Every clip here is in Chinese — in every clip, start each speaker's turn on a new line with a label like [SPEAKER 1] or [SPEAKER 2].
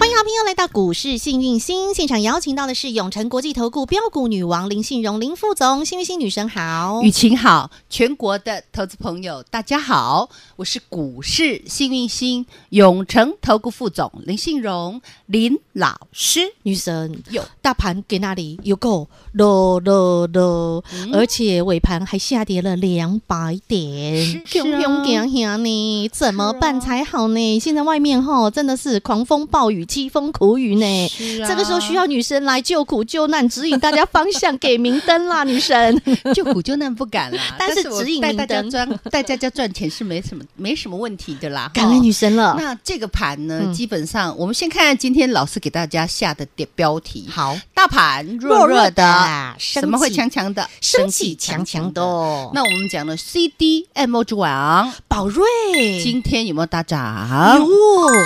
[SPEAKER 1] 欢迎好朋友来到股市幸运星现场，邀请到的是永诚国际投顾标股女王林信荣林副总，幸运星女神好。
[SPEAKER 2] 雨晴好，全国的投资朋友大家好，我是股市幸运星永诚投顾副总林信荣林老师。
[SPEAKER 1] 女神
[SPEAKER 2] 有
[SPEAKER 1] 大盘给那里有够落落落，而且尾盘还下跌了两百点，
[SPEAKER 2] 是啊
[SPEAKER 1] 呢，怎么办
[SPEAKER 2] 啊
[SPEAKER 1] 才好呢？现在外面吼真的是狂风暴雨、凄风苦雨呢，
[SPEAKER 2] 是啊
[SPEAKER 1] 这个时候需要女神来救苦救难，指引大家方向，给明灯啦，女神。，
[SPEAKER 2] 救苦救难不敢 啦
[SPEAKER 1] 但是
[SPEAKER 2] 我
[SPEAKER 1] 指引
[SPEAKER 2] 带
[SPEAKER 1] 明
[SPEAKER 2] 大家
[SPEAKER 1] 灯
[SPEAKER 2] 赚， 带大家赚钱是没什么没什么问题的啦。
[SPEAKER 1] 感恩
[SPEAKER 2] 哈
[SPEAKER 1] 女神了。
[SPEAKER 2] 那这个盘呢，
[SPEAKER 1] 嗯
[SPEAKER 2] 基本上我们先看看今天老师给大家下的点标题。
[SPEAKER 1] 好，
[SPEAKER 2] 大盘
[SPEAKER 1] 弱
[SPEAKER 2] 弱
[SPEAKER 1] 弱
[SPEAKER 2] 弱
[SPEAKER 1] 的
[SPEAKER 2] 的，
[SPEAKER 1] 生
[SPEAKER 2] 什么会
[SPEAKER 1] 气
[SPEAKER 2] 强强的？
[SPEAKER 1] 生气强强的。哦，
[SPEAKER 2] 那我们讲了 CDMO 之王，
[SPEAKER 1] 宝瑞
[SPEAKER 2] 今天有没有大涨？
[SPEAKER 1] 嗯有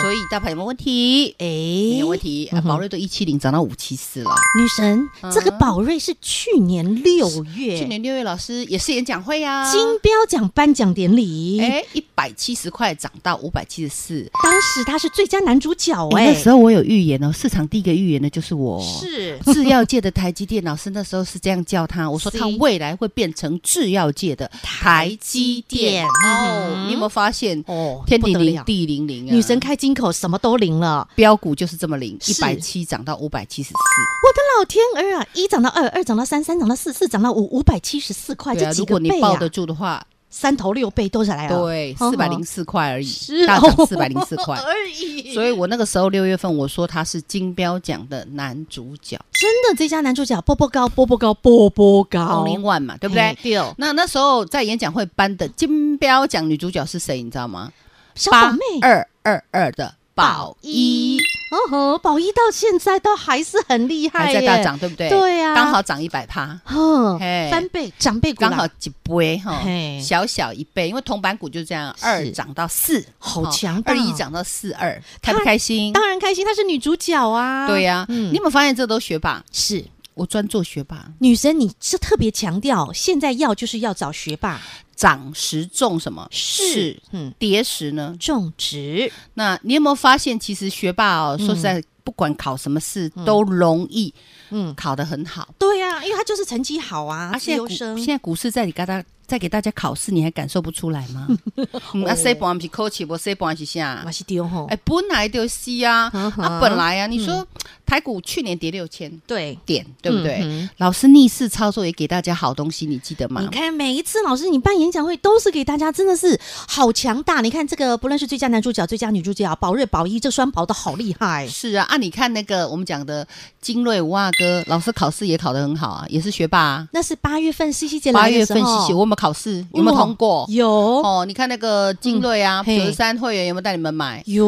[SPEAKER 2] 所以大盘有没有问题？
[SPEAKER 1] 啊哎，
[SPEAKER 2] 没有
[SPEAKER 1] 女
[SPEAKER 2] 问题，
[SPEAKER 1] 嗯
[SPEAKER 2] 啊
[SPEAKER 1] 哼
[SPEAKER 2] 宝瑞都一七零涨到五七四了。
[SPEAKER 1] 神，
[SPEAKER 2] 嗯
[SPEAKER 1] 这个宝瑞是去年六月
[SPEAKER 2] 去年六月老师也是演讲会啊，
[SPEAKER 1] 金标奖颁奖典礼，
[SPEAKER 2] 哎一百七十块涨到五百七十四。
[SPEAKER 1] 当时他是最佳男主角
[SPEAKER 2] 哎，
[SPEAKER 1] 哎
[SPEAKER 2] 那，时候我有预言哦，市场第一个预言的就是我。
[SPEAKER 1] 是
[SPEAKER 2] 制药界的台积电老师那时候是这样叫他，我说
[SPEAKER 1] 是
[SPEAKER 2] 他未来会变成制药界的台积电
[SPEAKER 1] 台积电嗯
[SPEAKER 2] 哦。
[SPEAKER 1] 哼
[SPEAKER 2] 你有没有发现？
[SPEAKER 1] 哦
[SPEAKER 2] 天地
[SPEAKER 1] 不得
[SPEAKER 2] 灵
[SPEAKER 1] 了，
[SPEAKER 2] 地灵灵啊！
[SPEAKER 1] 女神开金口什么都灵了，
[SPEAKER 2] 标股就是这么灵，
[SPEAKER 1] 是
[SPEAKER 2] 一百七涨到五百七十四。
[SPEAKER 1] 我的老天儿啊！一涨到二，二涨到三，三涨到四，四涨到五，五百七十四块，
[SPEAKER 2] 对
[SPEAKER 1] 这
[SPEAKER 2] 啊，
[SPEAKER 1] 几
[SPEAKER 2] 如
[SPEAKER 1] 个
[SPEAKER 2] 果你
[SPEAKER 1] 倍
[SPEAKER 2] 抱
[SPEAKER 1] 啊！
[SPEAKER 2] 得住的话，
[SPEAKER 1] 三头六倍都是来了，
[SPEAKER 2] 对，
[SPEAKER 1] 呵呵
[SPEAKER 2] 四百零四块而已，
[SPEAKER 1] 是哦
[SPEAKER 2] 大涨四百零四 块。
[SPEAKER 1] 而已。
[SPEAKER 2] 所以我那个时候六月份我说他是金标奖的男主角，
[SPEAKER 1] 真的，这家男主角波波高，波波高，波波高，
[SPEAKER 2] 红林万嘛，对不
[SPEAKER 1] 哦嘿
[SPEAKER 2] 对？
[SPEAKER 1] 对哦，
[SPEAKER 2] 那那时候在演讲会颁的金标奖女主角是谁？你知道吗？
[SPEAKER 1] 小哦宝妹，
[SPEAKER 2] 二二二的宝一，
[SPEAKER 1] 哦吼，宝一到现在都还是很厉害，
[SPEAKER 2] 还在大，涨，对不对？
[SPEAKER 1] 对啊
[SPEAKER 2] 刚好涨一百趴，
[SPEAKER 1] 哼，
[SPEAKER 2] 嘿
[SPEAKER 1] 翻倍，长辈股啦
[SPEAKER 2] 刚好几倍哈
[SPEAKER 1] 嘿，
[SPEAKER 2] 小小一倍，因为铜板股就这样，
[SPEAKER 1] 是
[SPEAKER 2] 二涨到四，
[SPEAKER 1] 好
[SPEAKER 2] 哦
[SPEAKER 1] 强大
[SPEAKER 2] 二一涨到四二，
[SPEAKER 1] 他
[SPEAKER 2] 开不开心？
[SPEAKER 1] 当然开心，她是女主角啊，
[SPEAKER 2] 对呀，
[SPEAKER 1] 嗯
[SPEAKER 2] 你有没有发现这都学霸？
[SPEAKER 1] 是
[SPEAKER 2] 我专做学霸，
[SPEAKER 1] 女神，你是特别强调，现在要就是要找学霸，
[SPEAKER 2] 涨时重什么？是
[SPEAKER 1] 嗯，
[SPEAKER 2] 跌时呢？
[SPEAKER 1] 种植
[SPEAKER 2] 那你有没有发现，其实学霸哦，说实在，不管考什么试都容易，
[SPEAKER 1] 嗯
[SPEAKER 2] 嗯，考得很好。
[SPEAKER 1] 对呀、啊，因为她就是成绩好啊，
[SPEAKER 2] 啊，
[SPEAKER 1] 自
[SPEAKER 2] 现在
[SPEAKER 1] 由
[SPEAKER 2] 股
[SPEAKER 1] 生
[SPEAKER 2] 现在股市在你给大在给大家考试，你还感受不出来 吗？嗯
[SPEAKER 1] 哦
[SPEAKER 2] 啊，谁不是考起，我谁不是下
[SPEAKER 1] 马？西丢吼，
[SPEAKER 2] 哎，本来就是啊，
[SPEAKER 1] 哦嗯哼
[SPEAKER 2] 啊，本来啊，你说台股去年跌六千
[SPEAKER 1] 对，
[SPEAKER 2] 点，对不对？
[SPEAKER 1] 嗯哼
[SPEAKER 2] 老师逆势操作也给大家好东西，你记得吗
[SPEAKER 1] 你？看每一次老师你办演讲会都是给大家真的是好强大，你看这个不论是最佳男主角、最佳女主角、宝瑞、宝一这双宝都好厉害，
[SPEAKER 2] 是啊，啊，你看那个我们讲的金瑞五阿哥，老师考试也考得很好啊，也是学霸啊。
[SPEAKER 1] 那是八月份西西姐
[SPEAKER 2] 八
[SPEAKER 1] 来
[SPEAKER 2] 月
[SPEAKER 1] 的时
[SPEAKER 2] 份
[SPEAKER 1] 候，
[SPEAKER 2] 实习，我有没有考试？有没有通过？
[SPEAKER 1] 有
[SPEAKER 2] 哦，你看那个金瑞啊，
[SPEAKER 1] 嗯嘿
[SPEAKER 2] 九十三会员有没有带你们买？
[SPEAKER 1] 有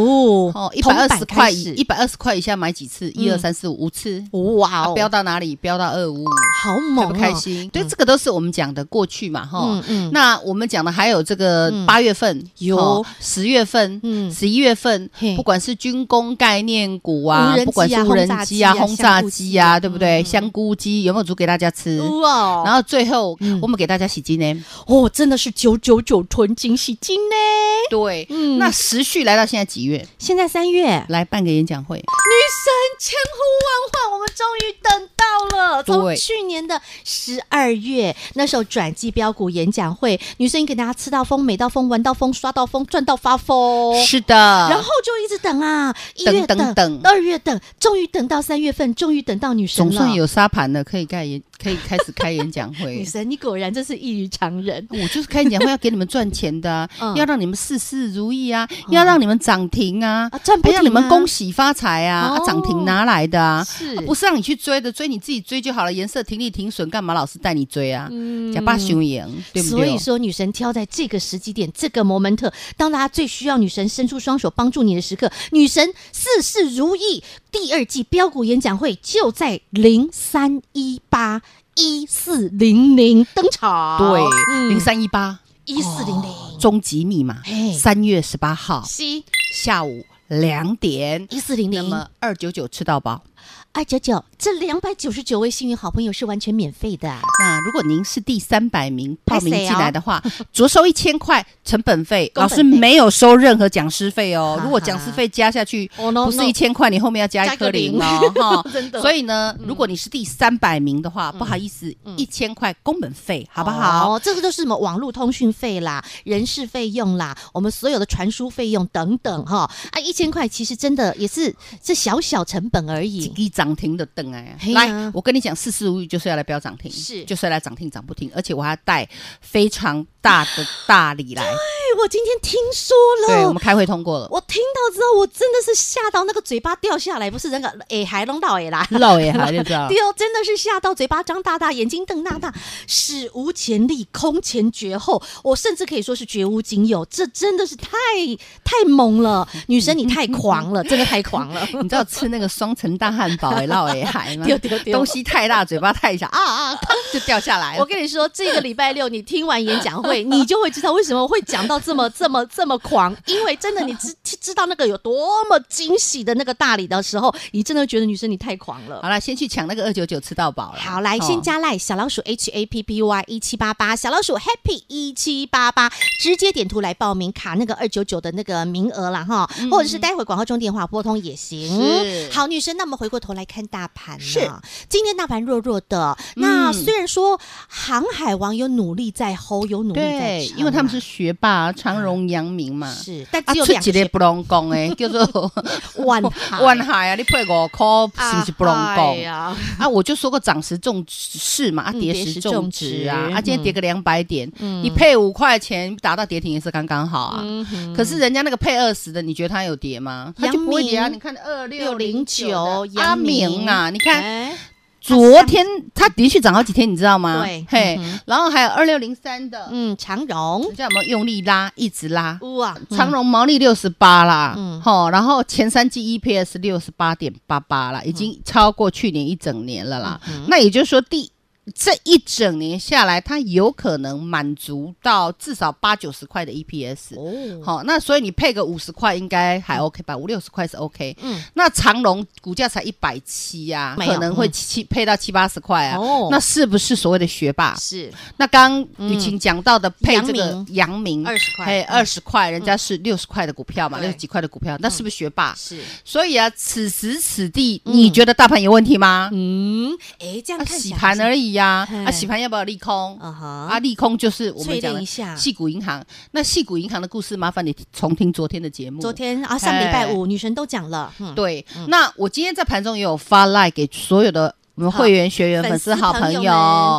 [SPEAKER 2] 哦，一百二十块以，一
[SPEAKER 1] 一
[SPEAKER 2] 百二十块以下买几次？一二三四五五次，
[SPEAKER 1] 嗯哇
[SPEAKER 2] 啊
[SPEAKER 1] 哦，
[SPEAKER 2] 飙到哪里？飙到二五五，
[SPEAKER 1] 好
[SPEAKER 2] 开
[SPEAKER 1] 猛、
[SPEAKER 2] 不
[SPEAKER 1] 哦，
[SPEAKER 2] 开心？对，这个都是我们讲的过去嘛，哈
[SPEAKER 1] 嗯。嗯，
[SPEAKER 2] 那我们讲的还有这个
[SPEAKER 1] 嗯
[SPEAKER 2] 八月份
[SPEAKER 1] 有
[SPEAKER 2] 哦十月份，
[SPEAKER 1] 嗯
[SPEAKER 2] 十一月份
[SPEAKER 1] 嘿，
[SPEAKER 2] 不管是军工概念股啊
[SPEAKER 1] 无人机，啊
[SPEAKER 2] 不管是无人机啊、
[SPEAKER 1] 轰
[SPEAKER 2] 轰
[SPEAKER 1] 炸
[SPEAKER 2] 炸
[SPEAKER 1] 机
[SPEAKER 2] 机
[SPEAKER 1] 啊
[SPEAKER 2] 啊，对不对？香菇鸡有没有煮给大家吃？
[SPEAKER 1] 哇，
[SPEAKER 2] 然后最后
[SPEAKER 1] 嗯
[SPEAKER 2] 我们给大家洗金呢？
[SPEAKER 1] 哦，真的是九九九纯金洗金呢，
[SPEAKER 2] 对，
[SPEAKER 1] 嗯
[SPEAKER 2] 那时序来到现在几月？
[SPEAKER 1] 现在三月，
[SPEAKER 2] 来办个演讲会，
[SPEAKER 1] 女神千呼万唤，我们终于等到了。从
[SPEAKER 2] 对
[SPEAKER 1] 去年的十二月那时候转机标股演讲会，女神给大家吃到疯、美到疯、玩到疯、刷到疯、赚到发疯。
[SPEAKER 2] 是的，
[SPEAKER 1] 哦然后就一直等啊，一
[SPEAKER 2] 等
[SPEAKER 1] 月
[SPEAKER 2] 等等
[SPEAKER 1] 二月等，终于等到三月份，终于等到女神
[SPEAKER 2] 总
[SPEAKER 1] 了。
[SPEAKER 2] 算有沙盘了，可以盖演 可以开始开演讲会
[SPEAKER 1] 女。神，你果然真是异于常人。
[SPEAKER 2] 我就是开演讲会要给你们赚钱的啊、
[SPEAKER 1] 嗯
[SPEAKER 2] 要让你们事事如意啊，要让你们涨停啊，
[SPEAKER 1] 啊，赚不
[SPEAKER 2] 还
[SPEAKER 1] 停啊、
[SPEAKER 2] 要你们恭喜发财啊，
[SPEAKER 1] 哦
[SPEAKER 2] 啊涨、停哪来的啊？
[SPEAKER 1] 是
[SPEAKER 2] 啊不是让你去追的，追你自己追就好了。颜色停利停损，干嘛老是带你追啊？
[SPEAKER 1] 嗯
[SPEAKER 2] 假扮雄赢，对不对？
[SPEAKER 1] 所以说，女神挑在这个时机点，这个 moment，当大家最需要女神伸出双手帮助你的时刻，女神事事如意。第二季标股演讲会就在零三一八一四零零登场。嗯
[SPEAKER 2] 对，零三一八
[SPEAKER 1] 一四零零，
[SPEAKER 2] 终极密码
[SPEAKER 1] 嗯嘿，
[SPEAKER 2] 三月十八号
[SPEAKER 1] 西
[SPEAKER 2] 下午两点。
[SPEAKER 1] 一四零
[SPEAKER 2] 那
[SPEAKER 1] 零
[SPEAKER 2] 么二九九吃到饱。
[SPEAKER 1] 二九九，这两百九十九位幸运好朋友是完全免费的啊、
[SPEAKER 2] 那如果您是第三百名报名
[SPEAKER 1] 拍谁哦
[SPEAKER 2] 进来的话， 着收一千块成 本费，
[SPEAKER 1] 工
[SPEAKER 2] 老
[SPEAKER 1] 本费
[SPEAKER 2] 师没有收任何讲师费哦
[SPEAKER 1] 哈。
[SPEAKER 2] 如果讲师费加下去，
[SPEAKER 1] 哦，no，
[SPEAKER 2] 不是
[SPEAKER 1] no
[SPEAKER 2] 一千块，你后面要加一颗零哦，哈。
[SPEAKER 1] 真的嗯
[SPEAKER 2] 所以呢，如果你是第三百名的话，不好意思，一千块工本费，好不好？
[SPEAKER 1] 哦，这个就是什么网络通讯费啦、人事费用啦、我们所有的传输费用等等哈。啊，一千块其实真的也是这小小成本而已。
[SPEAKER 2] 一涨停的等哎
[SPEAKER 1] 嘿，呀
[SPEAKER 2] 来，我跟你讲，四四五就是要来标涨停，
[SPEAKER 1] 是
[SPEAKER 2] 就是要来涨停涨不停，而且我还要带非常大的大礼 来。
[SPEAKER 1] 对，哎我今天听说
[SPEAKER 2] 对，我们开会通过了，
[SPEAKER 1] 我听到之后，我真的是吓到那个嘴巴掉下来，不是那个哎，还弄到哎啦。
[SPEAKER 2] 漏 也还就知道
[SPEAKER 1] 对。哦，真的是吓到嘴巴张大大，眼睛瞪大大，史无前例，空前绝后。我甚至可以说是绝无仅有，这真的是太太猛了， 女神你太狂了，真的太狂 了。
[SPEAKER 2] 你知道吃那个双层大汉堡哎，漏也还吗？
[SPEAKER 1] 丢丢丢
[SPEAKER 2] 东西太大，嘴巴太小啊啊，咔就掉下来
[SPEAKER 1] 我
[SPEAKER 2] 了。
[SPEAKER 1] 跟你说，这个礼拜六你听完演讲会，你就会知道为什么会讲到这么 这么这么狂，因为真的你知知道那个有多么惊喜的那个大礼的时候，你真的觉得女生你太狂了。
[SPEAKER 2] 好了，先去抢那个二九九吃到饱了。
[SPEAKER 1] 好，来
[SPEAKER 2] 哦
[SPEAKER 1] 先加赖小老鼠 H A P P Y 一七八八，小老鼠 Happy 一七八八，直接点图来报名，卡那个二九九的那个名额啦哈，或者是待会广告中电话拨通也行
[SPEAKER 2] 嗯是。
[SPEAKER 1] 好，女生，那我们回过头来看大盘，
[SPEAKER 2] 是
[SPEAKER 1] 今天大盘弱弱的，那
[SPEAKER 2] 嗯
[SPEAKER 1] 虽然说航海王有努力在 hold，有努力在
[SPEAKER 2] 哦对
[SPEAKER 1] 撑啊，，
[SPEAKER 2] 因为他们是学霸，长荣、扬名嘛。
[SPEAKER 1] 是，但
[SPEAKER 2] 啊，
[SPEAKER 1] 只有
[SPEAKER 2] 出
[SPEAKER 1] 两
[SPEAKER 2] 一 个不能讲诶，叫做
[SPEAKER 1] 万
[SPEAKER 2] 万海啊，你配五箍是不是不能
[SPEAKER 1] 哎
[SPEAKER 2] 讲？
[SPEAKER 1] 呀，
[SPEAKER 2] 啊，我就说过涨时重视嘛，啊
[SPEAKER 1] 嗯
[SPEAKER 2] 跌
[SPEAKER 1] 跌时
[SPEAKER 2] 时
[SPEAKER 1] 重
[SPEAKER 2] 重值啊
[SPEAKER 1] 值，
[SPEAKER 2] 啊今天跌个两百点，
[SPEAKER 1] 嗯
[SPEAKER 2] 你配五块钱达到跌停也是刚刚好啊。
[SPEAKER 1] 嗯哼
[SPEAKER 2] 可是人家那个配二十的，你觉得它有跌吗？它就不会跌啊！你看二六零九
[SPEAKER 1] 609
[SPEAKER 2] 阿明啊，你看
[SPEAKER 1] 哎
[SPEAKER 2] 昨天它的确涨好几天，你知道吗？
[SPEAKER 1] 对
[SPEAKER 2] 嘿
[SPEAKER 1] 嗯哼，
[SPEAKER 2] 然后还有二六零三的，
[SPEAKER 1] 嗯，长荣
[SPEAKER 2] 人，家有没有用力拉，一直拉？
[SPEAKER 1] 哇，
[SPEAKER 2] 嗯长荣毛利六十八啦，
[SPEAKER 1] 嗯
[SPEAKER 2] 吼，然后前三季 EPS 六十八点八八
[SPEAKER 1] 嗯
[SPEAKER 2] 啦，已经超过去年一整年了啦。那也就是说第。这一整年下来，它有可能满足到至少八九十块的 E EPS
[SPEAKER 1] 哦
[SPEAKER 2] 好、那所以你配个五十块应该还 OK 吧，五六十块是 OK。
[SPEAKER 1] 嗯
[SPEAKER 2] 嗯，那长隆股价才一百七呀，
[SPEAKER 1] 没有嗯
[SPEAKER 2] 可能会七、配到七八十块啊。
[SPEAKER 1] 哦
[SPEAKER 2] 那是不是所谓的学霸？
[SPEAKER 1] 是
[SPEAKER 2] 那刚雨晴讲到的配这
[SPEAKER 1] 嗯阳
[SPEAKER 2] 个阳明
[SPEAKER 1] 20块
[SPEAKER 2] 嘿，
[SPEAKER 1] 嗯
[SPEAKER 2] 二十块，人家是六十块的股票嘛，
[SPEAKER 1] 对嗯
[SPEAKER 2] 六十几块的股票，那是不是学霸？
[SPEAKER 1] 是，
[SPEAKER 2] 所以啊，此时此地，你觉得大盘有问题吗？
[SPEAKER 1] 嗯，哎，这样
[SPEAKER 2] 啊，
[SPEAKER 1] 看起
[SPEAKER 2] 洗
[SPEAKER 1] 来
[SPEAKER 2] 盘而已呀
[SPEAKER 1] 嘿，
[SPEAKER 2] 啊，洗盘要不要利空？
[SPEAKER 1] 啊哈，
[SPEAKER 2] 啊，利空就是我们
[SPEAKER 1] 淬
[SPEAKER 2] 讲
[SPEAKER 1] 炼一
[SPEAKER 2] 的
[SPEAKER 1] 下
[SPEAKER 2] 细股银行。那细股银行的故事，麻烦你重听昨天的节目。
[SPEAKER 1] 昨天啊，上礼拜五女神都讲了，嗯，
[SPEAKER 2] 对，那我今天在盘中也有发 like 给所有的我们会员、学员、粉丝、好朋
[SPEAKER 1] 朋
[SPEAKER 2] 友
[SPEAKER 1] 们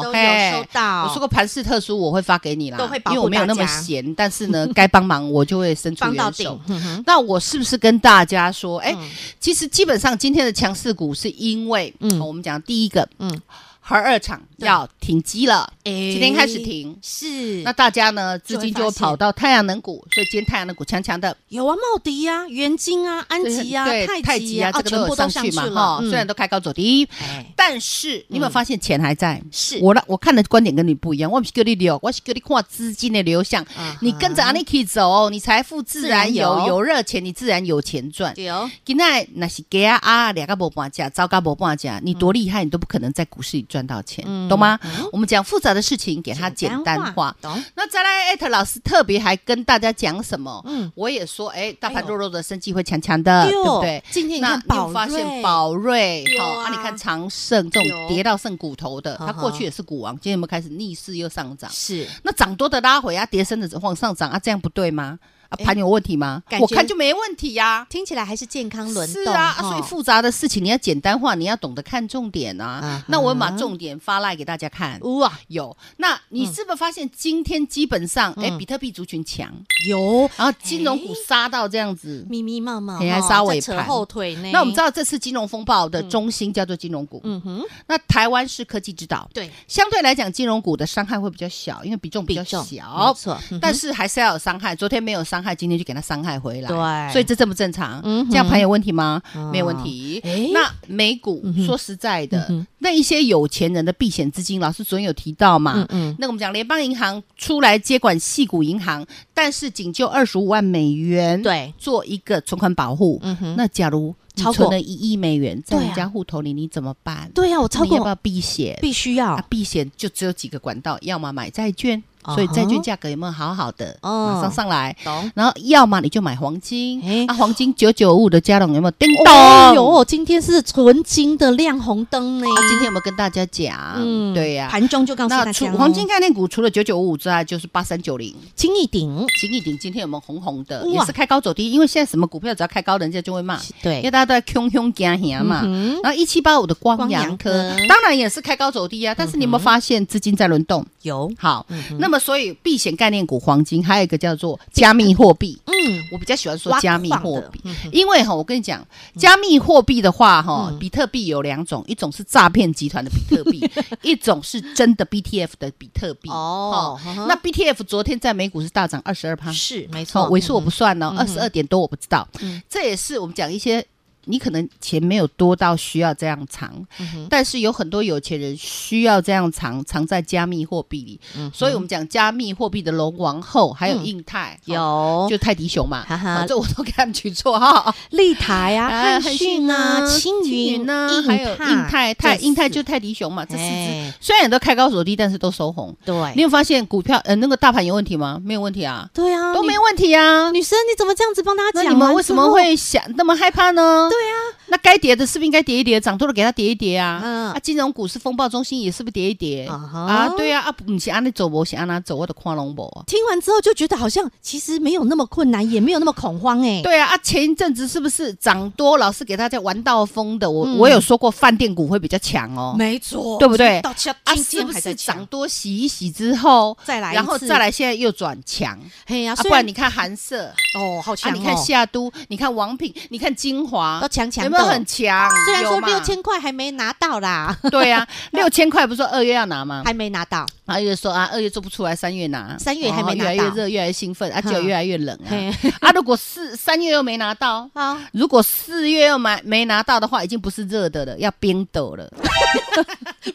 [SPEAKER 1] 都有
[SPEAKER 2] 嘿
[SPEAKER 1] 收到，
[SPEAKER 2] 我说过盘势特殊，我会发给你啦，
[SPEAKER 1] 都会保护
[SPEAKER 2] 因为我没有那
[SPEAKER 1] 大
[SPEAKER 2] 么
[SPEAKER 1] 家
[SPEAKER 2] 闲，但是呢，该帮忙我就会伸出
[SPEAKER 1] 帮到
[SPEAKER 2] 援
[SPEAKER 1] 顶
[SPEAKER 2] 手。，
[SPEAKER 1] 嗯哼，
[SPEAKER 2] 那我是不是跟大家说，哎、
[SPEAKER 1] 嗯
[SPEAKER 2] 其实基本上今天的强势股是因为，
[SPEAKER 1] 嗯
[SPEAKER 2] 嗯，我们讲第一个，
[SPEAKER 1] 嗯
[SPEAKER 2] 嗯，核二厂要停机了，
[SPEAKER 1] 哎
[SPEAKER 2] 今天开始停。
[SPEAKER 1] 是
[SPEAKER 2] 那大家呢，
[SPEAKER 1] 就
[SPEAKER 2] 资
[SPEAKER 1] 会
[SPEAKER 2] 金就
[SPEAKER 1] 发
[SPEAKER 2] 会
[SPEAKER 1] 现
[SPEAKER 2] 跑到太阳能股，所以今天太阳能股强强的，
[SPEAKER 1] 有啊，茂迪啊，元晶啊，安吉啊，
[SPEAKER 2] 对太
[SPEAKER 1] 极
[SPEAKER 2] 极啊，这个
[SPEAKER 1] 全
[SPEAKER 2] 都
[SPEAKER 1] 部
[SPEAKER 2] 有
[SPEAKER 1] 都
[SPEAKER 2] 上
[SPEAKER 1] 上
[SPEAKER 2] 去
[SPEAKER 1] 去
[SPEAKER 2] 嘛，
[SPEAKER 1] 了
[SPEAKER 2] 哈，，
[SPEAKER 1] 嗯
[SPEAKER 2] 虽然都开高走低，
[SPEAKER 1] 哎
[SPEAKER 2] 但是你有没有发现钱还在？
[SPEAKER 1] 是
[SPEAKER 2] 我的我看的观点跟你不一样，我不是给你流，我是给你看资金的流向
[SPEAKER 1] 啊哈。
[SPEAKER 2] 你跟着 Aniki 走，你财富自然
[SPEAKER 1] 自然有
[SPEAKER 2] 有，有热钱你自然有钱赚。
[SPEAKER 1] 对哦，
[SPEAKER 2] 今仔那是给啊啊两个无半价，糟糕无半
[SPEAKER 1] 嗯
[SPEAKER 2] 价，你多厉害，你都不可能在股市里赚到钱，懂吗？
[SPEAKER 1] 嗯
[SPEAKER 2] 我们讲复杂的事情，给它简单化。
[SPEAKER 1] 懂？
[SPEAKER 2] 那再来，哎艾特老师特别还跟大家讲什么？
[SPEAKER 1] 嗯
[SPEAKER 2] 我也说，哎，大
[SPEAKER 1] 哎
[SPEAKER 2] 盘
[SPEAKER 1] 呦
[SPEAKER 2] 弱弱的，生机会强强的，呃对不对？
[SPEAKER 1] 今天哎你看
[SPEAKER 2] 那你有
[SPEAKER 1] 宝
[SPEAKER 2] 发现
[SPEAKER 1] 瑞，
[SPEAKER 2] 宝瑞
[SPEAKER 1] 对，
[SPEAKER 2] 好
[SPEAKER 1] 啊
[SPEAKER 2] 啊，你看长盛这
[SPEAKER 1] 有
[SPEAKER 2] 种跌到剩骨头的，
[SPEAKER 1] 呵
[SPEAKER 2] 它过
[SPEAKER 1] 呵
[SPEAKER 2] 去也是股王，今天有没有开始逆势又上涨？
[SPEAKER 1] 是
[SPEAKER 2] 那涨多的拉回啊，跌升的往上涨啊，这样不对吗？啊，盘有问题吗
[SPEAKER 1] 哎感？觉
[SPEAKER 2] 我看就没问题呀、
[SPEAKER 1] 听起来还是健康轮动
[SPEAKER 2] 是啊，啊
[SPEAKER 1] 哈
[SPEAKER 2] 所以复杂的事情你要简单化，你要懂得看重点
[SPEAKER 1] 啊
[SPEAKER 2] 啊。那我把重点发来给大家看。
[SPEAKER 1] 哇
[SPEAKER 2] 有，那你是不是发现今天基本上，
[SPEAKER 1] 嗯
[SPEAKER 2] 哎、比特币族群强，
[SPEAKER 1] 有
[SPEAKER 2] 然后金融股杀到这样子？
[SPEAKER 1] 密密麻麻，
[SPEAKER 2] 你还
[SPEAKER 1] 哈
[SPEAKER 2] 杀
[SPEAKER 1] 在
[SPEAKER 2] 尾
[SPEAKER 1] 扯
[SPEAKER 2] 盘
[SPEAKER 1] 后腿呢。
[SPEAKER 2] 那我们知道这次金融风暴的中心叫做金融股，
[SPEAKER 1] 嗯哼，
[SPEAKER 2] 那台湾是科技之岛，
[SPEAKER 1] 对，
[SPEAKER 2] 相对来讲金融股的伤害会比较小，因为比重比
[SPEAKER 1] 比
[SPEAKER 2] 较
[SPEAKER 1] 重
[SPEAKER 2] 小
[SPEAKER 1] 没。错，嗯
[SPEAKER 2] 但是还是要有伤害，昨天没有伤害，今天就给它伤害回来，
[SPEAKER 1] 对
[SPEAKER 2] 所以这正不正常？
[SPEAKER 1] 嗯哼
[SPEAKER 2] 这样盘有问题吗？
[SPEAKER 1] 嗯
[SPEAKER 2] 没有问题
[SPEAKER 1] 诶。
[SPEAKER 2] 那美股
[SPEAKER 1] 嗯
[SPEAKER 2] 说实在的，那一些有钱人的避险资金，老师昨天有提到嘛
[SPEAKER 1] 嗯，嗯，
[SPEAKER 2] 那我们讲联邦银行出来接管系股银行，但是仅就二十五万美元，，
[SPEAKER 1] 对，
[SPEAKER 2] 做一个存款保护。
[SPEAKER 1] 嗯哼，
[SPEAKER 2] 那假如你
[SPEAKER 1] 超过
[SPEAKER 2] 存了一亿美元在
[SPEAKER 1] 对啊
[SPEAKER 2] 人家户头里，你怎么办？
[SPEAKER 1] 对啊呀，我超
[SPEAKER 2] 你要不
[SPEAKER 1] 过哦
[SPEAKER 2] 要避险？
[SPEAKER 1] 必须要
[SPEAKER 2] 啊，避险就只有几个管道，要么买债券，
[SPEAKER 1] 啊哈
[SPEAKER 2] 所以债券价格有没有好好的
[SPEAKER 1] 哦
[SPEAKER 2] 马上上来？
[SPEAKER 1] 懂。
[SPEAKER 2] 然后要么你就买黄金
[SPEAKER 1] 哎，
[SPEAKER 2] 啊，黄金九九五的加龙有没有？叮
[SPEAKER 1] 哦
[SPEAKER 2] 咚，
[SPEAKER 1] 哟，今天是纯金的亮红灯呢嗯
[SPEAKER 2] 啊，。今天有没有跟大家讲？对呀。
[SPEAKER 1] 盘中就告诉大
[SPEAKER 2] 那
[SPEAKER 1] 家
[SPEAKER 2] 除
[SPEAKER 1] 哦，
[SPEAKER 2] 黄金概念股除了九九五五之外，就是八三九零、
[SPEAKER 1] 金一顶，
[SPEAKER 2] 金逸鼎，今天有没有红红的？
[SPEAKER 1] 哇
[SPEAKER 2] 也是开高走低，因为现在什么股票只要开高，人家就会骂，因为
[SPEAKER 1] 对，
[SPEAKER 2] 大家都在穷穷惊吓嘛。
[SPEAKER 1] 嗯哼，
[SPEAKER 2] 然后一七八五的光
[SPEAKER 1] 光
[SPEAKER 2] 阳
[SPEAKER 1] 阳
[SPEAKER 2] 科
[SPEAKER 1] 科嗯
[SPEAKER 2] 当然也是开高走低啊，但是你有没有发现资金在轮动？
[SPEAKER 1] 有，
[SPEAKER 2] 好，那么所以避险概念股黄金，还有一个叫做加密货币。
[SPEAKER 1] 嗯，
[SPEAKER 2] 我比较喜欢说
[SPEAKER 1] 挖
[SPEAKER 2] 加密
[SPEAKER 1] 矿
[SPEAKER 2] 货
[SPEAKER 1] 的
[SPEAKER 2] 币
[SPEAKER 1] 嗯哼，
[SPEAKER 2] 因为哈，我跟你讲，加密货币的话哈
[SPEAKER 1] 嗯，
[SPEAKER 2] 比特币有两种，一种是诈骗集团的比特 币，一种是真的 BTF 的比特币。
[SPEAKER 1] 哦
[SPEAKER 2] 哈
[SPEAKER 1] 呵呵
[SPEAKER 2] 那 BTF 昨天在美股是大涨二十二趴，
[SPEAKER 1] 是没错
[SPEAKER 2] 哦，，尾数我不算哦，
[SPEAKER 1] 嗯
[SPEAKER 2] 二十二点多我不知道
[SPEAKER 1] 嗯。
[SPEAKER 2] 这也是我们讲一些，你可能钱没有多到需要这样藏，
[SPEAKER 1] 嗯
[SPEAKER 2] 但是有很多有钱人需要这样藏，藏在加密货币里。
[SPEAKER 1] 嗯
[SPEAKER 2] 所以我们讲加密货币的龙王后，还有印泰，哦
[SPEAKER 1] 嗯有
[SPEAKER 2] 就泰迪熊嘛，
[SPEAKER 1] 哈哈
[SPEAKER 2] 哦 这我都给他们取绰号。
[SPEAKER 1] 立台啊、汉逊啊、青
[SPEAKER 2] 青
[SPEAKER 1] 云
[SPEAKER 2] 云啊，
[SPEAKER 1] 印
[SPEAKER 2] 还有印泰泰
[SPEAKER 1] 这
[SPEAKER 2] 印泰
[SPEAKER 1] 四
[SPEAKER 2] 就泰迪熊嘛，这四
[SPEAKER 1] 哎
[SPEAKER 2] 只虽然都开高走低，但是都收红。
[SPEAKER 1] 对，
[SPEAKER 2] 你有发现股票呃那个大盘有问题吗？没有问题啊，
[SPEAKER 1] 对啊，
[SPEAKER 2] 都
[SPEAKER 1] 你
[SPEAKER 2] 没问题啊。
[SPEAKER 1] 女生，你怎么这样子帮大家
[SPEAKER 2] 那
[SPEAKER 1] 讲？啊
[SPEAKER 2] 你们为什么？会想那么害怕呢？
[SPEAKER 1] 对啊，
[SPEAKER 2] 那该跌的是不是应该跌一跌？涨多了给它跌一跌啊。
[SPEAKER 1] 嗯
[SPEAKER 2] 啊，金融股市风暴中心也是不是跌一跌？
[SPEAKER 1] 啊哈
[SPEAKER 2] 啊，对啊，啊，不是按那走，我是按那走，我的看龙博啊。
[SPEAKER 1] 听完之后就觉得好像其实没有那么困难，也没有那么恐慌哎、
[SPEAKER 2] 对啊，啊，前一阵子是不是涨多，老是给大家玩到疯的？我、
[SPEAKER 1] 嗯
[SPEAKER 2] 我有说过，饭店股会比较强哦。
[SPEAKER 1] 没错
[SPEAKER 2] 对不对
[SPEAKER 1] 到今
[SPEAKER 2] 啊，
[SPEAKER 1] 今
[SPEAKER 2] 是
[SPEAKER 1] 天
[SPEAKER 2] 不
[SPEAKER 1] 还
[SPEAKER 2] 是
[SPEAKER 1] 在
[SPEAKER 2] 涨
[SPEAKER 1] 涨？
[SPEAKER 2] 多洗一洗之后，
[SPEAKER 1] 再来一次
[SPEAKER 2] 然后再来，现在又转强
[SPEAKER 1] 嘿呀、
[SPEAKER 2] 啊？
[SPEAKER 1] 虽
[SPEAKER 2] 不然你看韩舍，
[SPEAKER 1] 哦，好
[SPEAKER 2] 啊，
[SPEAKER 1] 强、哦
[SPEAKER 2] 你看夏都，你看王品，你看金华
[SPEAKER 1] 都，强强
[SPEAKER 2] 有
[SPEAKER 1] 的，哦
[SPEAKER 2] 没有很强？
[SPEAKER 1] 虽然说
[SPEAKER 2] 有嘛
[SPEAKER 1] 六千块还没拿到啦，
[SPEAKER 2] 对啊，六千块不是说二月要拿吗？
[SPEAKER 1] 还没拿到，
[SPEAKER 2] 啊，又说啊，二月做不出来，三月拿，
[SPEAKER 1] 三月还没拿到
[SPEAKER 2] 哦越来越热，越来越兴奋，啊，
[SPEAKER 1] 哼
[SPEAKER 2] 九月越来越冷啊。
[SPEAKER 1] 嘿
[SPEAKER 2] 啊，如果四三月又没拿到，
[SPEAKER 1] 啊，
[SPEAKER 2] 如果四月又买没拿到的话，已经不是热的了，要冰斗了，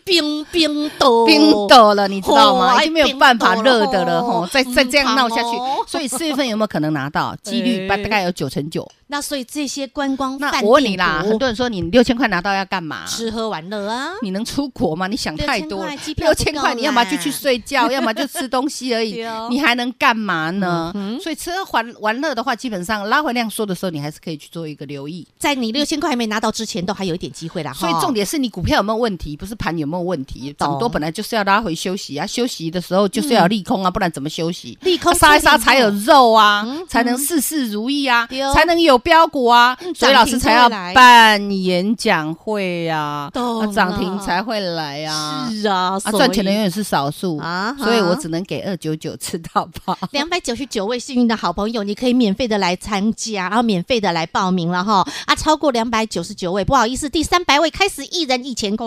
[SPEAKER 1] 冰冰斗，
[SPEAKER 2] 冰斗了，你知道吗？
[SPEAKER 1] 哦
[SPEAKER 2] 已经没有办法热
[SPEAKER 1] 冰斗
[SPEAKER 2] 的了
[SPEAKER 1] 了
[SPEAKER 2] 吼，再再
[SPEAKER 1] 嗯
[SPEAKER 2] 这样闹下去
[SPEAKER 1] 惨 哦，
[SPEAKER 2] 所以四月份有没有可能拿到？几率大大概有九成九。
[SPEAKER 1] 那所以这些观光
[SPEAKER 2] 那
[SPEAKER 1] 饭
[SPEAKER 2] 我问你啦，
[SPEAKER 1] 店
[SPEAKER 2] 很
[SPEAKER 1] 股
[SPEAKER 2] 多人说你六千块拿到要干嘛？
[SPEAKER 1] 吃喝玩乐啊，
[SPEAKER 2] 你能出国吗？你想太多了
[SPEAKER 1] 6000块机。票
[SPEAKER 2] 六
[SPEAKER 1] 不够
[SPEAKER 2] 千
[SPEAKER 1] 啦
[SPEAKER 2] 块，你要么就去睡 觉，要么就吃东西而已
[SPEAKER 1] 对哦，
[SPEAKER 2] 你还能干嘛呢
[SPEAKER 1] 嗯？
[SPEAKER 2] 所以吃喝玩玩乐的话，基本上拉回量缩的时候，你还是可以去做一个留意。
[SPEAKER 1] 在你六千块还没拿到之前，都还有一点机会啦。
[SPEAKER 2] 所以
[SPEAKER 1] 哈
[SPEAKER 2] 重点是你股票有没有问题，不是盘有没有问题。
[SPEAKER 1] 懂
[SPEAKER 2] 涨多本来就是要拉回休息啊，休息的时候就是要有利空啊，不然怎么休息？
[SPEAKER 1] 利空
[SPEAKER 2] 啊杀一杀才有肉啊
[SPEAKER 1] 嗯，
[SPEAKER 2] 才能事事如意啊
[SPEAKER 1] 对哦，嗯
[SPEAKER 2] 才能有标股啊，所以老师才要
[SPEAKER 1] 涨停才会来
[SPEAKER 2] 办演讲会啊，
[SPEAKER 1] 懂
[SPEAKER 2] 啊涨停
[SPEAKER 1] 了
[SPEAKER 2] 才会来啊。
[SPEAKER 1] 是啊，
[SPEAKER 2] 啊，
[SPEAKER 1] 所
[SPEAKER 2] 赚钱的
[SPEAKER 1] 以
[SPEAKER 2] 永远是少数
[SPEAKER 1] 啊哈
[SPEAKER 2] 所以我只能给二九九吃到饱。
[SPEAKER 1] 两百九十九位幸运的好朋友，你可以免费的来参加，然后免费的来报名了哈。啊，超过两百九十九位，不好意思，第三百位开始一人一千块。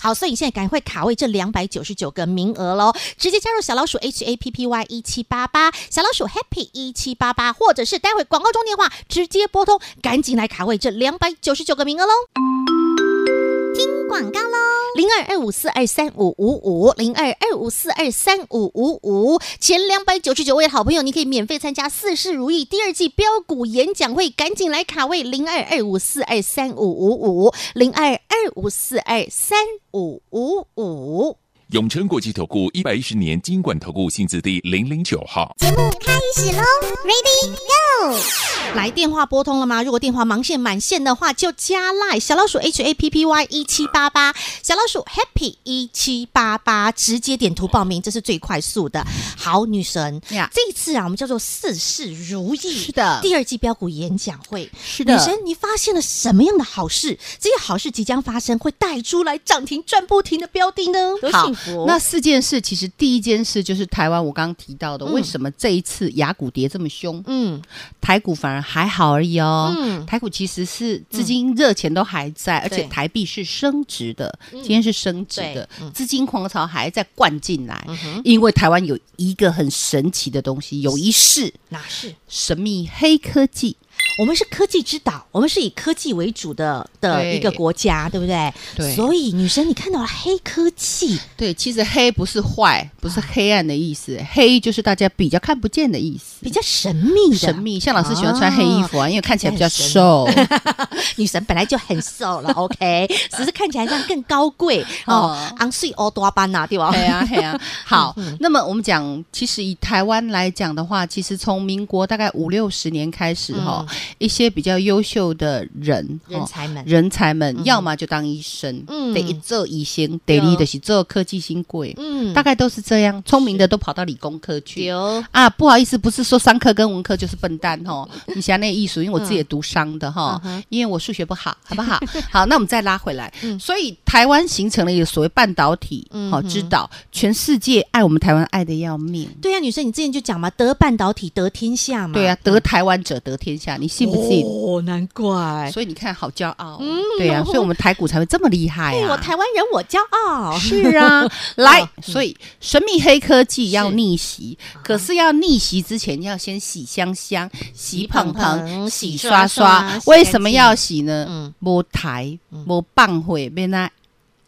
[SPEAKER 1] 好，所以你现在赶快卡位这两百九十九个名额喽，直接加入小老鼠 H A P P Y 一七八八，小老鼠 Happy 一七八八，或者是待会广告中电话直接拨通，赶紧来卡位这两百九十九个名额喽。听广告喽。零二二五四二三五五五，零二二五四二三五五五，前两百九十九位好朋友，你可以免费参加《四事如意》第二季标股演讲会，赶紧来卡位零二二五四二三五五五，零二二五四二三五五五。
[SPEAKER 3] 永诚国际投顾一百一十年金管投顾性质第零零九号。
[SPEAKER 4] 节目开始喽，Ready Go！
[SPEAKER 1] 来电话拨通了吗？如果电话忙线满线的话，就加赖小老鼠 H A P P Y 一七八八，小老鼠 Happy 一七八八，直接点图报名，这是最快速的。好，女神
[SPEAKER 2] 呀
[SPEAKER 1] 这一次啊，我们叫做事事如意，
[SPEAKER 2] 是的
[SPEAKER 1] 第二季标股演讲会，
[SPEAKER 2] 是
[SPEAKER 1] 女神，你发现了什么样的好事？这些好事即将发生，会带出来涨停赚不停的标的呢？
[SPEAKER 5] 多
[SPEAKER 2] 好
[SPEAKER 5] 幸福！
[SPEAKER 2] 那四件事，其实第一件事就是台湾，我刚刚提到的，为什么这一次雅股跌这么凶，
[SPEAKER 1] 嗯，
[SPEAKER 2] 台股反而还好而已哦。
[SPEAKER 1] 嗯
[SPEAKER 2] 台股其实是资金热钱都还在，而且
[SPEAKER 1] 对
[SPEAKER 2] 台币是升值的，今天是升值的，资金狂潮还在灌进来，因为台湾有一个很神奇的东西，有一世
[SPEAKER 1] 哪是？
[SPEAKER 2] 神秘黑科技，
[SPEAKER 1] 我们是科技之岛，我们是以科技为主的的
[SPEAKER 2] 对
[SPEAKER 1] 一个国家，对不对？
[SPEAKER 2] 对
[SPEAKER 1] 所以女神，你看到了黑科技，
[SPEAKER 2] 对，其实黑不是坏，不是黑暗的意思，黑就是大家比较看不见的意思
[SPEAKER 1] 比。较神秘的。
[SPEAKER 2] 神秘，像老师喜欢穿黑衣服啊，因为看起来比较
[SPEAKER 1] 神秘
[SPEAKER 2] 瘦。
[SPEAKER 1] 女神本来就很瘦 了，OK，只是看起来像更高贵哦
[SPEAKER 2] 哦，
[SPEAKER 1] 昂睡欧多巴呐，对吧？哦
[SPEAKER 2] 对啊，对 啊。好，
[SPEAKER 1] 嗯
[SPEAKER 2] 那么我们讲，其实以台湾来讲的话，其实从民国大概五六十年开始哈，一些比较优秀的人哈
[SPEAKER 1] 嗯人才们
[SPEAKER 2] 人才们，要么就当医生，
[SPEAKER 1] 嗯哦
[SPEAKER 2] 得一做医生，得你的是做科技新贵，
[SPEAKER 1] 嗯
[SPEAKER 2] 大概都是这样。聪明的都跑到理工科去。
[SPEAKER 1] 有
[SPEAKER 2] 啊，不好意思，不是说商科跟文科就是笨蛋哦。你想那艺术，因为我自己也读商的哈、
[SPEAKER 1] 嗯
[SPEAKER 2] 因为我数学不好，好不好？ 好，那我们再拉回来。
[SPEAKER 1] 嗯
[SPEAKER 2] 所以台湾形成了一个所谓半导体好、之岛，全世界爱我们台湾爱的要命。
[SPEAKER 1] 对啊呀、女神，你之前就讲嘛，得半导体得天下嘛，
[SPEAKER 2] 对啊，得台湾者得天下，你信不信？
[SPEAKER 1] 嗯哦，难怪，
[SPEAKER 2] 所以你看，好骄傲哦、对啊，所以我们台股才会这么 厉害
[SPEAKER 1] 对
[SPEAKER 2] 啊！
[SPEAKER 1] 哎我台湾人，我骄傲。
[SPEAKER 2] 是 啊，来
[SPEAKER 1] 哦，
[SPEAKER 2] 所以神秘黑科技要
[SPEAKER 1] 是
[SPEAKER 2] 逆袭，可是啊要逆袭之前要先洗香香、洗
[SPEAKER 1] 捧
[SPEAKER 2] 捧
[SPEAKER 1] 捧
[SPEAKER 2] 捧、
[SPEAKER 1] 洗
[SPEAKER 2] 洗
[SPEAKER 1] 刷刷
[SPEAKER 2] 刷刷。
[SPEAKER 1] 洗
[SPEAKER 2] 为
[SPEAKER 1] 干
[SPEAKER 2] 什么
[SPEAKER 1] 净
[SPEAKER 2] 要洗呢
[SPEAKER 1] 嗯？
[SPEAKER 2] 摸台、摸棒会变那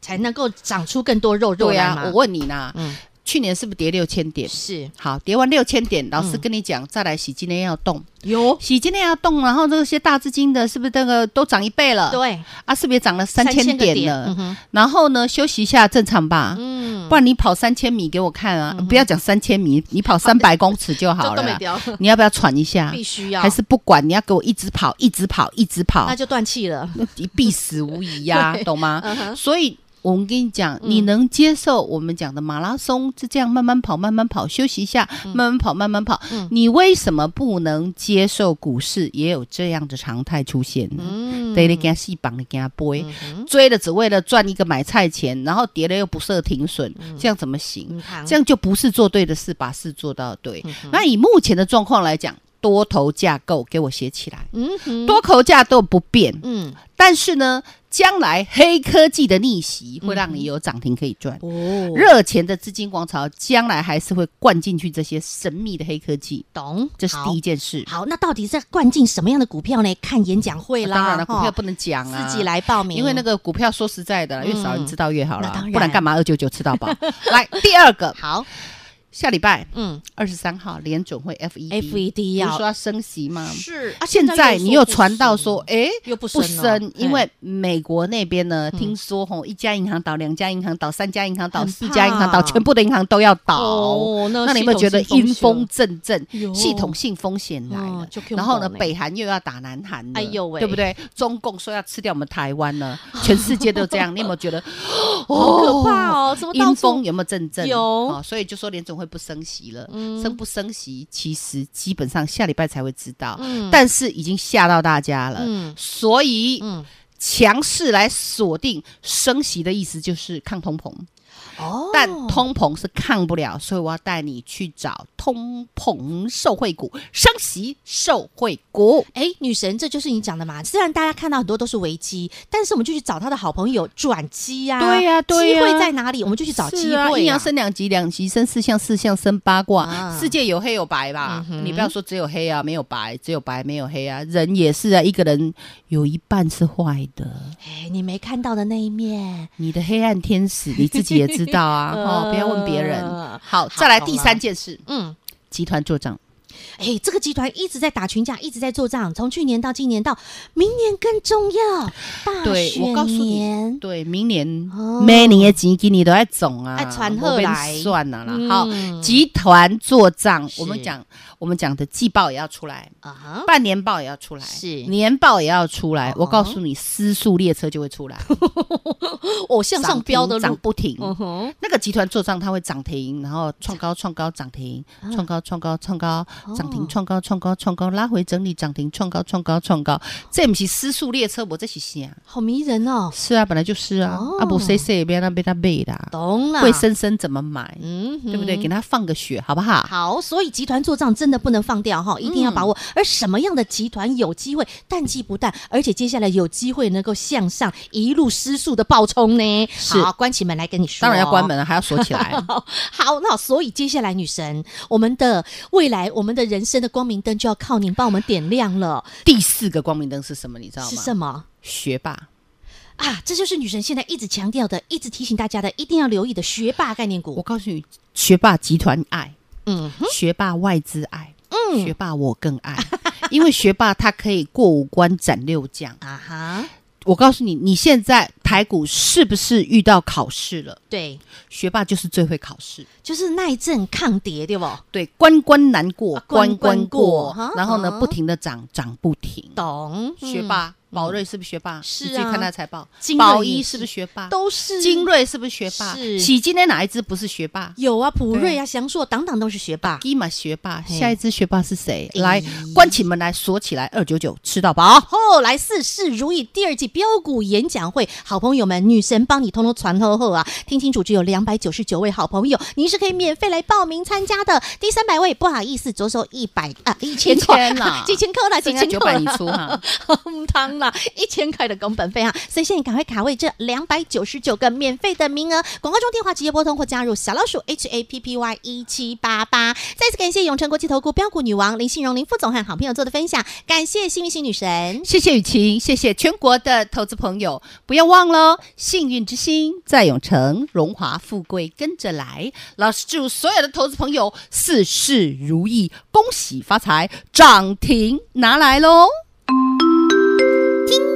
[SPEAKER 1] 才能够长出更多肉肉
[SPEAKER 2] 对
[SPEAKER 1] 来
[SPEAKER 2] 啊
[SPEAKER 1] 嘛。！
[SPEAKER 2] 我问你呢
[SPEAKER 1] 嗯，
[SPEAKER 2] 去年是不是跌六千点？
[SPEAKER 1] 是
[SPEAKER 2] 好，跌完六千点，老师跟你讲，再来洗，今天要动，
[SPEAKER 1] 有
[SPEAKER 2] 洗今天要动，然后这些大资金的，是不是那个都涨一倍了？
[SPEAKER 1] 对
[SPEAKER 2] 啊，是不是也涨了三千
[SPEAKER 1] 个嗯
[SPEAKER 2] 点了？
[SPEAKER 1] 哼
[SPEAKER 2] 然后呢，休息一下，正常吧？
[SPEAKER 1] 嗯，
[SPEAKER 2] 不然你跑三千米给我看啊！不要讲三千米，你跑三百公尺就
[SPEAKER 1] 啊
[SPEAKER 2] 好
[SPEAKER 1] 就
[SPEAKER 2] 了
[SPEAKER 1] 都没
[SPEAKER 2] 啦。
[SPEAKER 1] 标，
[SPEAKER 2] 你要不要喘一下？
[SPEAKER 1] 必须要，
[SPEAKER 2] 还是不管？你要给我一直跑，一直跑，一直跑
[SPEAKER 1] 那，就断气了。
[SPEAKER 2] 你必死无疑呀、
[SPEAKER 1] 对
[SPEAKER 2] 懂吗？
[SPEAKER 1] 嗯哼嗯
[SPEAKER 2] 所以。我们跟你讲，你能接受我们讲的马拉松是这样慢慢跑、慢慢跑，休息一下，
[SPEAKER 1] 嗯
[SPEAKER 2] 慢慢跑、慢慢跑。你为什么不能接受股市也有这样的常态出现呢？
[SPEAKER 1] 嗯
[SPEAKER 2] 对，你给他细绑，你给他背，追了只为了赚一个买菜钱，然后跌了又不设停损，这样怎么行？
[SPEAKER 1] 嗯好
[SPEAKER 2] 这样就不是做对的事，把事做到对。那以目前的状况来讲，多头架构给我写起来，
[SPEAKER 1] 嗯哼
[SPEAKER 2] 多头架构不变，
[SPEAKER 1] 嗯
[SPEAKER 2] 但是呢，将来黑科技的逆袭会让你有涨停可以赚。
[SPEAKER 1] 哦，
[SPEAKER 2] 热钱的资金狂潮，将来还是会灌进去这些神秘的黑科技，
[SPEAKER 1] 懂，
[SPEAKER 2] 这是
[SPEAKER 1] 好
[SPEAKER 2] 第一。件事。
[SPEAKER 1] 好，那到底在灌进什么样的股票呢？看演讲会啦，
[SPEAKER 2] 当然了，股票
[SPEAKER 1] 哈
[SPEAKER 2] 不能讲啊，
[SPEAKER 1] 自己来报名，
[SPEAKER 2] 因为那
[SPEAKER 1] 个
[SPEAKER 2] 个股票说实在的啦，越少人知道越好
[SPEAKER 1] 嗯那
[SPEAKER 2] 啦，
[SPEAKER 1] 当然
[SPEAKER 2] 不然干嘛二九九吃到 饱？来，第二个，
[SPEAKER 1] 好，
[SPEAKER 2] 下礼拜
[SPEAKER 1] 嗯
[SPEAKER 2] 二十三号联准会 FED
[SPEAKER 1] ，FED
[SPEAKER 2] 不是
[SPEAKER 1] E 要
[SPEAKER 2] 说要升息吗？
[SPEAKER 1] 是
[SPEAKER 2] 啊，现在你又传到说，
[SPEAKER 1] 哎，
[SPEAKER 2] 诶，
[SPEAKER 1] 又不
[SPEAKER 2] 不
[SPEAKER 1] 升
[SPEAKER 2] 升
[SPEAKER 1] 了，嗯
[SPEAKER 2] 因为美国那边呢，听说吼，一家银行倒，两家银行倒，三家银行倒，
[SPEAKER 1] 很
[SPEAKER 2] 四家银行
[SPEAKER 1] 怕
[SPEAKER 2] 倒，全部的银行都要
[SPEAKER 1] 嘿
[SPEAKER 2] 倒。
[SPEAKER 1] 哦，
[SPEAKER 2] 那你有没有觉得阴风阵阵
[SPEAKER 1] 有，
[SPEAKER 2] 系统性风险来
[SPEAKER 1] 哦
[SPEAKER 2] 了
[SPEAKER 1] 就？恐
[SPEAKER 2] 然后呢，
[SPEAKER 1] 怖呢
[SPEAKER 2] 北韩又要打南韩了，
[SPEAKER 1] 哎呦喂
[SPEAKER 2] 对不对？中共说要吃掉我们台 湾了，全世界都这样，你有没有觉得？
[SPEAKER 1] 好可怕哦，怎么到处
[SPEAKER 2] 阴风有没有阵阵？
[SPEAKER 1] 有嗯
[SPEAKER 2] 哦所以就说联总会不升息了，升不升息，其实基本上下礼拜才会知道，但是已经吓到大家了，
[SPEAKER 1] 嗯
[SPEAKER 2] 所以。
[SPEAKER 1] 嗯
[SPEAKER 2] 强势来锁定升息的意思就是抗通膨，
[SPEAKER 1] 哦，
[SPEAKER 2] 但通膨是抗不了，所以我要带你去找通膨受惠股、升息受惠股。
[SPEAKER 1] 哎，女神，这就是你讲的嘛。虽然大家看到很多都是危机，但是我们就去找他的好朋友转机呀、
[SPEAKER 2] 对呀对呀
[SPEAKER 1] 机会在哪里？我们就去找机会、
[SPEAKER 2] 是啊，阴阳升两极，两极升四象，四象升八卦。
[SPEAKER 1] 啊
[SPEAKER 2] 世界有黑有白吧
[SPEAKER 1] 嗯？哼
[SPEAKER 2] 你不要说只有黑啊，没有白，只有白没有黑啊。人也是啊，一个人有一半是坏的。
[SPEAKER 1] 哎，你没看到的那一面，
[SPEAKER 2] 你的黑暗天使你自己也 知道啊，
[SPEAKER 1] 呃
[SPEAKER 2] 哦，不要问别人。好，
[SPEAKER 1] 好
[SPEAKER 2] 再来
[SPEAKER 1] 好
[SPEAKER 2] 第
[SPEAKER 1] 了
[SPEAKER 2] 三件事，
[SPEAKER 1] 嗯，
[SPEAKER 2] 集团做账。
[SPEAKER 1] 哎，这个集团一直在打群架，一直在做账，从去年到今年到明年更重要，大
[SPEAKER 2] 对我告诉
[SPEAKER 1] 选
[SPEAKER 2] 你
[SPEAKER 1] 年。
[SPEAKER 2] 对，明年
[SPEAKER 1] 哦
[SPEAKER 2] 每年的钱今年都在总啊，
[SPEAKER 1] 要传
[SPEAKER 2] 后
[SPEAKER 1] 贺来
[SPEAKER 2] 算了啦。
[SPEAKER 1] 嗯
[SPEAKER 2] 好，集团做账，
[SPEAKER 1] 是
[SPEAKER 2] 我们讲我们讲的季报也要出来，
[SPEAKER 1] 啊哈，
[SPEAKER 2] 半年报也要出来，
[SPEAKER 1] 是
[SPEAKER 2] 年报也要出来。
[SPEAKER 1] 哦
[SPEAKER 2] 我告诉你，私速列车就 会出来，
[SPEAKER 1] 哦，向上飙的
[SPEAKER 2] 涨停涨
[SPEAKER 1] 路，
[SPEAKER 2] 不停。
[SPEAKER 1] 嗯哼，
[SPEAKER 2] 那个集团做账，它会涨停，然后创高、创高、涨停，
[SPEAKER 1] 啊
[SPEAKER 2] 创高、创高、创高，
[SPEAKER 1] 哦
[SPEAKER 2] 涨停，创高、创高、创高，拉回整理，涨停，创高、创高、创高。这不是私速列车，我这是啥？
[SPEAKER 1] 好迷人哦，
[SPEAKER 2] 是啊，本来就是啊，
[SPEAKER 1] 哦
[SPEAKER 2] 啊不谁谁也别让被他背啦，
[SPEAKER 1] 懂了，
[SPEAKER 2] 会生生怎么买，
[SPEAKER 1] 啊嗯哼，
[SPEAKER 2] 对不对？给他放个血好不好？
[SPEAKER 1] 好，所以集团做账真的不能放掉
[SPEAKER 2] 嗯
[SPEAKER 1] 哈，一定要把握。而什么样的集团有机会淡季不淡，而且接下来有机会能够向上一路失速的暴冲呢？
[SPEAKER 2] 是
[SPEAKER 1] 好，关起门来跟你说，
[SPEAKER 2] 当然要关。门了，还要锁起来。
[SPEAKER 1] 好，那所以接下来女神，我们的未来，我们的人生的光明灯就要靠您帮我们点亮了，
[SPEAKER 2] 第四个光明灯是什么？你知道吗？
[SPEAKER 1] 是什么？
[SPEAKER 2] 学霸。
[SPEAKER 1] 啊，这就是女神现在一直强调的，一直提醒大家的，一定要留意的学霸概念
[SPEAKER 2] 我
[SPEAKER 1] 股。
[SPEAKER 2] 告诉你，学霸集团爱，
[SPEAKER 1] 嗯，
[SPEAKER 2] 学霸外资爱，嗯，学霸我更爱， 因为学霸他可以过五关斩六将。
[SPEAKER 1] 啊哈，
[SPEAKER 2] 我告诉你，你现在台股是不是遇到考试了？
[SPEAKER 1] 对，
[SPEAKER 2] 学霸就是最会考试。
[SPEAKER 1] 就是耐震抗跌，对不？
[SPEAKER 2] 对，关关难过
[SPEAKER 1] 啊，关
[SPEAKER 2] 关关
[SPEAKER 1] 关过
[SPEAKER 2] 过
[SPEAKER 1] 哈，
[SPEAKER 2] 然后呢，
[SPEAKER 1] 哈
[SPEAKER 2] 不停的涨，涨不停。
[SPEAKER 1] 懂？
[SPEAKER 2] 学
[SPEAKER 1] 嗯
[SPEAKER 2] 霸，宝瑞是不是学霸？
[SPEAKER 1] 是
[SPEAKER 2] 你自己
[SPEAKER 1] 啊
[SPEAKER 2] 看他财报
[SPEAKER 1] 精，锐
[SPEAKER 2] 宝
[SPEAKER 1] 也
[SPEAKER 2] 一
[SPEAKER 1] 是
[SPEAKER 2] 是不是学霸？
[SPEAKER 1] 都是
[SPEAKER 2] 精锐是不是学霸？
[SPEAKER 1] 是
[SPEAKER 2] 喜今天哪一只不是学霸？
[SPEAKER 1] 有啊，普瑞啊，祥硕等等都是学霸。
[SPEAKER 2] 一嘛学霸，
[SPEAKER 1] 嘿
[SPEAKER 2] 下一只学霸是谁？
[SPEAKER 1] 哎啊
[SPEAKER 2] 来，关起门来锁起来，二九九吃到饱。
[SPEAKER 1] 后来四事如意第二季标股演讲会，好朋友们，女神帮你通通传呵呵啊！听清楚，只有两百九十九位好朋友，您是可以免费来报名参加的。第三百位不好意思，左手一百啊一千块
[SPEAKER 2] 一千啦
[SPEAKER 1] 几千块啦，几
[SPEAKER 2] 剩下
[SPEAKER 1] 千
[SPEAKER 2] 九
[SPEAKER 1] 块
[SPEAKER 2] 百
[SPEAKER 1] 啦
[SPEAKER 2] 你出 哈，
[SPEAKER 1] 红汤啦，一千块的工本费啊！所以现在赶快卡位这两百九十九个免费的名额，广告中电话直接拨通或加入小老鼠 H A P P Y 一七八八。再次感谢永诚国际投顾标股女王林信荣林副总和好朋友做的分享，感谢幸运星女神。
[SPEAKER 2] 谢谢雨晴，谢谢全国的投资朋友，不要忘了，幸运之星在永城，荣华富贵跟着来。老师祝所有的投资朋友事事如意，恭喜发财，涨停拿来喽！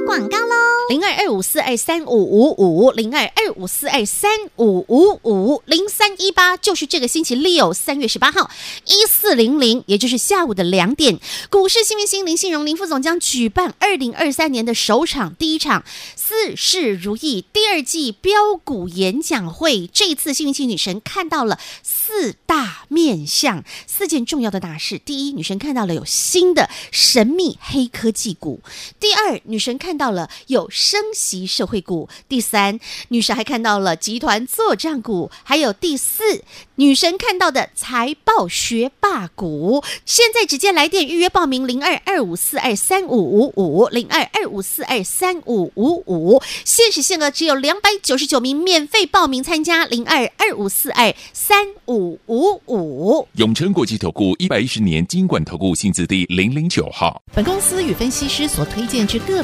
[SPEAKER 1] 广告喽，零二二五四二三五五五，零二二五四二三五五五，零三一八就是这个星期六，三月十八号，一四零零，也就是下午的两点，股市幸运星林信荣林副总将举办二零二三年的首场第一场四事如意第二季标股演讲会。这一次幸运星女神看到了四大面向，四件重要的大事。第一，女神看到了有新的神秘黑科技股；第二，女神看到了有升息社会股；第三，女神还看到了集团作战股；还有第四，女神看到的财报学霸股。现在直接来电预约报名零二二五四二三五五五零二二五四二三五五五，限时限额只有两百九十九名，免费报名参加零二二五四二三五五五。
[SPEAKER 3] 永诚国际投顾一百一十年金管投顾新字第零零九号。
[SPEAKER 4] 本公司与分析师所推荐之个